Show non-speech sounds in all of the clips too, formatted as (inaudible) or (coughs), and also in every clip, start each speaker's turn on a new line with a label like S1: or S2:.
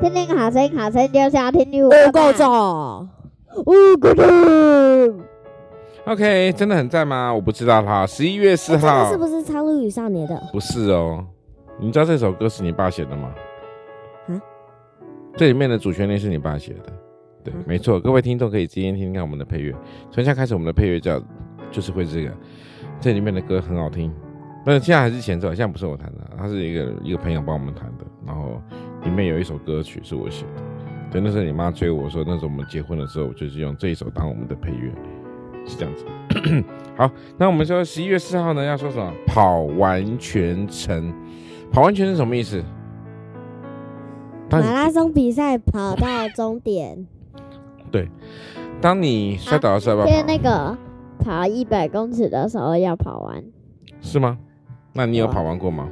S1: 听听好声音，好声音就是要听听我
S2: 五够
S1: 的
S2: 重
S1: 吧。
S2: 哦，
S1: 五个钟，
S3: OK，真的很赞吗？我不知道哈。十一月四
S2: 哎这
S3: 号
S2: 个是不是《苍鹭与少年》的？
S3: 不是哦，你知道这首歌是你爸写的吗？
S2: 啊
S3: 这里面的主旋律是你爸写的，对，
S2: 啊
S3: 没错。各位听众可以今天听听看我们的配乐，从现在开始我们的配乐叫就是会这个，这里面的歌很好听，但是现在还是前奏，现在不是我弹的，它是一个一个朋友帮我们弹的，然后里面有一首歌曲是我写的，对，那时候你妈追我说，那时候我们结婚的时候，我就是用这一首当我们的配乐，是这样子。 (clears throat) 好，那我们说十一月四号呢，要说什么？跑完全程，跑完全程什么意思？当你
S2: 马拉松比赛跑到终
S3: (laughs)
S2: 点，
S3: 当你摔倒的时候要不
S1: 就
S3: 要
S1: 是
S3: 跑？
S1: 那个跑一百公尺的时候要跑完，
S3: 是吗？那你有跑完过吗？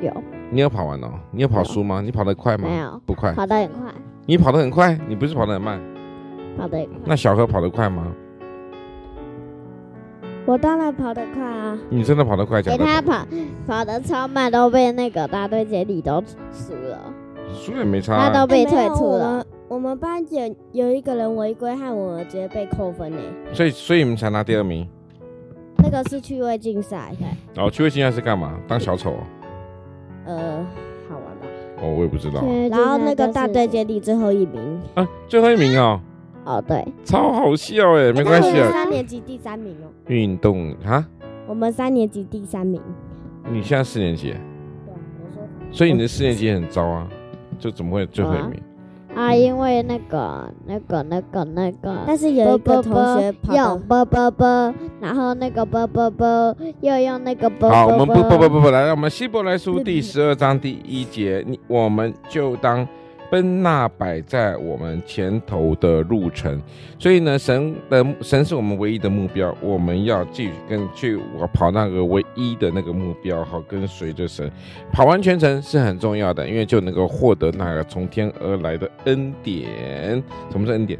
S1: 有啊
S3: 你有跑完哦？你有跑输吗？你跑得快
S1: 没
S3: 吗？
S1: 有？
S3: 不快。
S1: 跑得很快，
S3: 你跑得很快，你不是跑得很慢。
S1: 跑得很快。
S3: 那小何跑得快吗？
S1: 我当然跑得快啊，
S3: 你真的跑得快，讲
S1: 给
S3: 得
S1: 他跑跑得超慢，都被那个大队接力都输了，
S3: 输了也没差、
S1: 他都
S3: 啊。
S1: 被
S2: 哎没
S1: 退
S2: 有
S1: 出
S2: 我
S1: 了
S2: 们。我们班有哎有一个人违规，害我们直接被扣分呢。
S3: 所以，所以你们才拿第二名。
S2: 那个是趣味竞赛，
S3: 哦，趣味竞赛是干嘛？当小丑哦？
S2: 呃，好玩吧？
S3: 哦，我也不知道。
S2: 然后那个大队
S1: 接
S2: 接力最后一名，
S3: 啊，最后一名哦，
S1: 哦对，
S3: 超好笑哎，没关系
S2: 我们
S3: 啊。
S2: 三年级第三名哦，
S3: 运动啊，
S2: 我们三年级第三名。
S3: 你现在四年级，
S2: 对啊，我说
S3: 所以你的四年级也很糟啊，就怎么会最后一名？
S1: 啊因为那个那个那个那个。
S2: 但是有一个同学跑
S1: 用
S2: 到
S1: 啵啵啵，然后那个啵啵啵又用那个啵啵
S3: 好，我们不不不
S1: 不
S3: 不不，来，让我们希伯来书第十二章第一节，你我们就当奔那摆在我们前头的路程。所以呢，神的神是我们唯一的目标，我们要继续跟去我跑那个唯一的那个目标，好跟随着神跑完全程是很重要的，因为就能够获得那个从天而来的恩典。什么是恩典？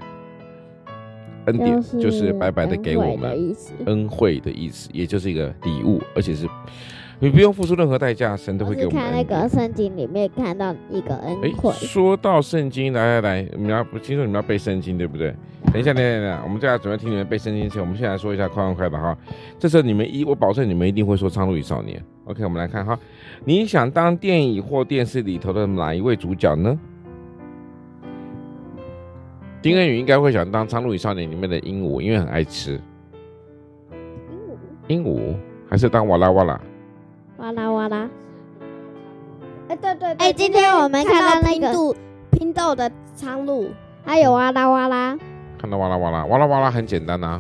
S3: 恩典就是白白的给我们，
S1: 意思。
S3: 恩惠的意思，也就是一个礼物，而且是你不用付出任何代价，神都
S1: 我
S3: 会给
S1: 是
S3: 我们
S1: 看那
S3: 恩典。
S1: 个圣经里面看到一个恩
S3: 诶
S1: 惠，
S3: 说到圣经，来来来，你们要听说你们要背圣经，对不对？等一下，等一下，等一下，我们在准备听你们背圣经之前，我们先来说一下快问快答哈。这时候你们一，我保证你们一定会说《苍鹭与少年》。OK，我们来看哈，你想当电影或电视里头的哪一位主角呢？丁恩宇应该会想当《苍鹭与少年》里面的鹦鹉，因为很爱吃。鹦鹉还是当哇啦哇啦？
S1: 哇啦哇啦，
S2: 哎，对对
S1: 哎今天我们看到那个
S2: 拼豆拼豆的苍鹭，
S1: 还有哇啦哇啦，
S3: 看到哇啦哇啦，哇啦哇啦很简单啊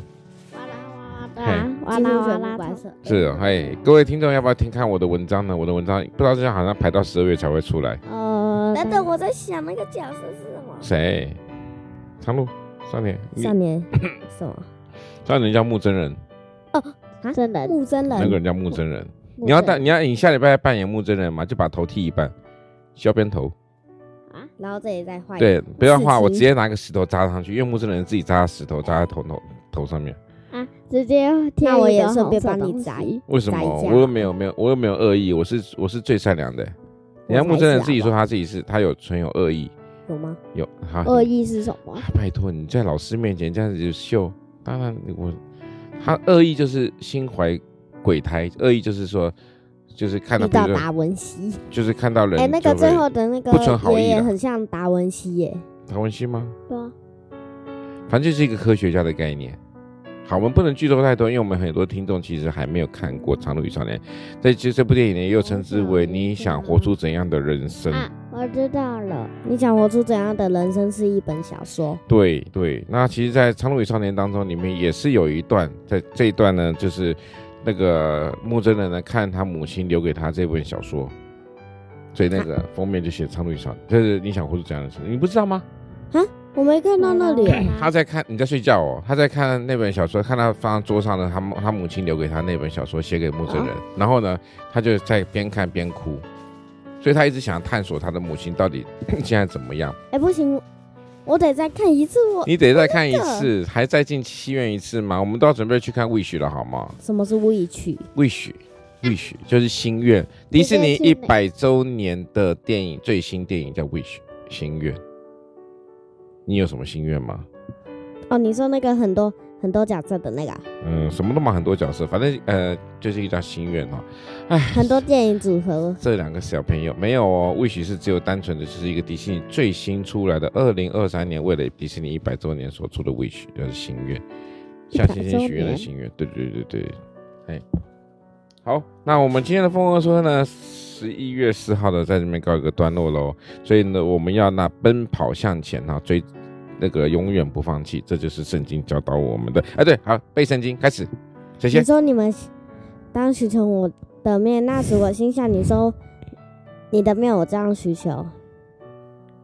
S3: 呐、
S1: 哇啦哇啦，对
S3: 嘿
S1: 啊，哇
S2: 几乎
S1: 啦
S2: 全
S1: 哇
S2: 部
S1: 啦，
S2: 白色。
S3: 是哦，嘿，各位听众要不要听看我的文章呢？我的文章不知道这样好像排到十二月才会出来。
S1: 呃，
S2: 等等，我在想那个角色是什
S1: (coughs)
S2: 么？
S3: 谁？长路少年，
S2: 少年什么？
S3: 少年叫木真人，
S1: 真的，
S2: (coughs) 木真
S3: 那个
S2: 人。
S3: 人叫木真人。
S1: 木
S3: 你要
S1: 真
S3: 当你要你下礼拜扮演木真人嘛，就把头剃一半，削边头。
S2: 然后这里再画一个。
S3: 对，不要画，
S2: 哎刺青
S3: 我直接拿个石头扎上去，因为木真人自己扎石头扎在头头头上面。
S1: 啊，直接贴
S2: 那我
S1: 一
S2: 也
S1: 个
S2: 顺
S1: 红
S2: 便
S1: 色
S2: 帮你
S1: 东
S2: 摘
S1: 西
S3: 为什么
S2: 宰？相
S3: 我又没有没有我又没有恶意，我是我是最善良的。人家木真人自己说他自己是他有存有恶意，
S2: 有吗？
S3: 有哈
S1: 恶意是什么？
S3: 啊拜托你在老师面前这样子就秀，当然我他恶意就是心怀鬼胎，恶意就是说就是看到
S2: 遇
S3: 比
S2: 到
S3: 如说
S2: 达文西。
S3: 就是看到人
S2: 哎，那个
S3: 就会
S2: 最后的那个
S3: 不存好意
S2: 爷爷
S3: 啦
S2: 很像达文西耶。
S3: 唐文熙吗？
S1: 对啊，
S3: 反正就是一个科学家的概念。好，我们不能剧透太多，因为我们很多听众其实还没有看过《长路与少年》。在其实这部电影呢，又称之
S2: 嗯
S3: 为“你想活出怎样的人生”
S1: 啊，我知道了，
S2: 你想活出怎样的人生是一本小说。
S3: 对对，那其实，在《苍鹭与少年》当中，里面也是有一段，在这一段呢，就是那个木真人呢，看他母亲留给他这本小说，所以那个封面就写《苍鹭与少年》，就是你想活出怎样的人生，你不知道吗？
S2: 我没看到那里耶。
S3: 他在看你在睡觉哦，他在看那本小说，看他放在桌上的他母他母亲留给他那本小说，写给木真人，然后呢，他就在边看边哭，所以他一直想探索他的母亲到底 (laughs) 现在怎么样。
S2: 哎，不行，我得再看一次 (laughs) 我。
S3: 你得再看一次，还再进戏院一次吗？我们都要准备去看《wish》了，好吗
S2: 什么是无以取？
S3: ？wish。Wish 就是心愿，迪士尼一百周年的电影最新电影叫 Wish，心愿，你有什么心愿吗？
S2: 哦，你说那个很多很多角色的那
S3: (laughs)
S2: 个啊，
S3: 嗯，什么都嘛，很多角色，反正呃，就是一张心愿哦。哎，
S2: 很多电影组合，
S3: 这两个小朋友没有哦，wish 是只有单纯的就是一个迪士尼最新出来的二零二三年为了迪士尼一百周年所出的 wish，就是心愿，向星星许愿的心愿。对对对对，哎，好，那我们今天的风儿说呢，十一月四号的在这边告一个段落喽。所以呢，我们要那奔跑向前哈、追那个永远不放弃，这就是圣经教导我们的。哎，对，好，背圣经开始，谁
S2: 你
S3: 先？
S2: 说你们当许从我的面，那时我心想，你说你的面我这样许
S3: (laughs)
S2: 求，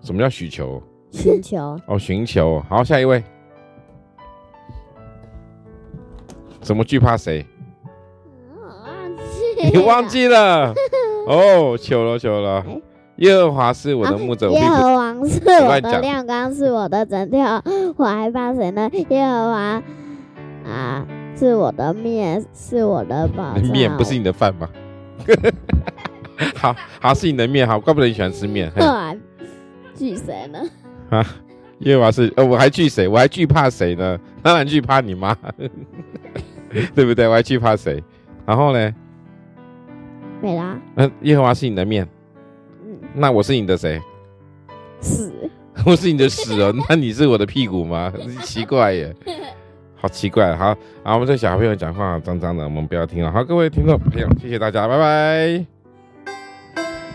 S3: 什么叫许求？
S2: 寻求
S3: 哦，寻求。好，下一位。什么惧怕谁？
S1: 我忘记，
S3: 你忘？
S1: (laughs)
S3: 记了？哦，求了求了。耶和华是我的牧者，我
S1: 耶
S3: 并不
S1: 和王是我
S3: 乱
S1: 的
S3: 讲
S1: 亮光，是我的拯救，我害怕谁呢？耶和华啊，是我的面，是我的宝
S3: 你
S1: 藏。
S3: 的面不是你的饭吗？ (laughs) 好好是你的面，好，怪不得你喜欢吃面。嘿
S1: 后来举谁呢？
S3: 耶和华是，呃，我还惧谁？我还惧怕谁呢？当然惧怕你妈， (laughs) 对不对？我还惧怕谁？然后呢？
S1: 美拉，
S3: 那耶和华是你的面，
S1: 嗯，
S3: 那我是你的谁？
S1: 死，
S3: (laughs) 我是你的屎哦，那你是我的屁股吗？ (laughs) 奇怪耶，好奇怪。好，啊，我们这小朋友讲话脏脏的，我们不要听哦了。好，各位听众朋友，谢谢大家，拜拜。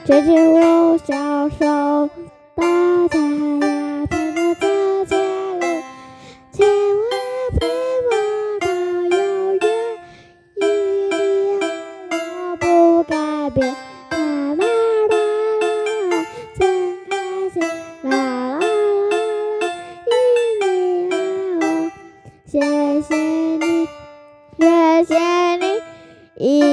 S1: 解决我小手，大家呀，怎么走街路？千万别忘到永远，一定要我不改变。啦啦啦啦，真开心！啦啦啦啦，一定要我，谢谢你，谢谢你。一